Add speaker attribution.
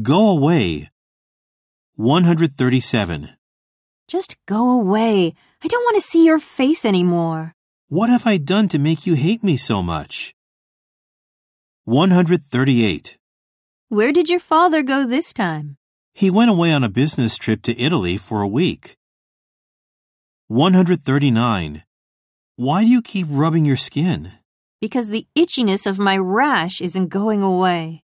Speaker 1: Go away. 137.
Speaker 2: Just go away. I don't want to see your face anymore.
Speaker 1: What have I done to make you hate me so much? 138.
Speaker 2: Where did your father go this time?
Speaker 1: He went away on a business trip to Italy for a week. 139. Why do you keep rubbing your skin?
Speaker 2: Because the itchiness of my rash isn't going away.